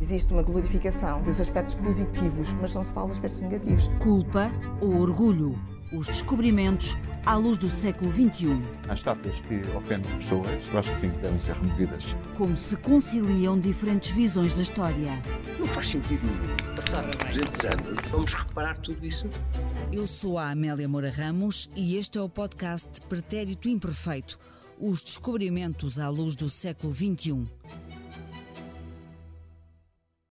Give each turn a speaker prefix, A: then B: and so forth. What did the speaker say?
A: Existe uma glorificação dos aspectos positivos, mas não se fala dos aspectos negativos.
B: Culpa ou orgulho? Os descobrimentos à luz do século um. XXI.
C: Há estátuas que ofendem pessoas, eu acho que sim, devem ser removidas.
B: Como se conciliam diferentes visões da história.
D: Não faz sentido nenhum. Passaram 300 anos, vamos reparar tudo isso?
B: Eu sou a Amélia Moura Ramos e este é o podcast Pretérito Imperfeito os descobrimentos à luz do século um. XXI.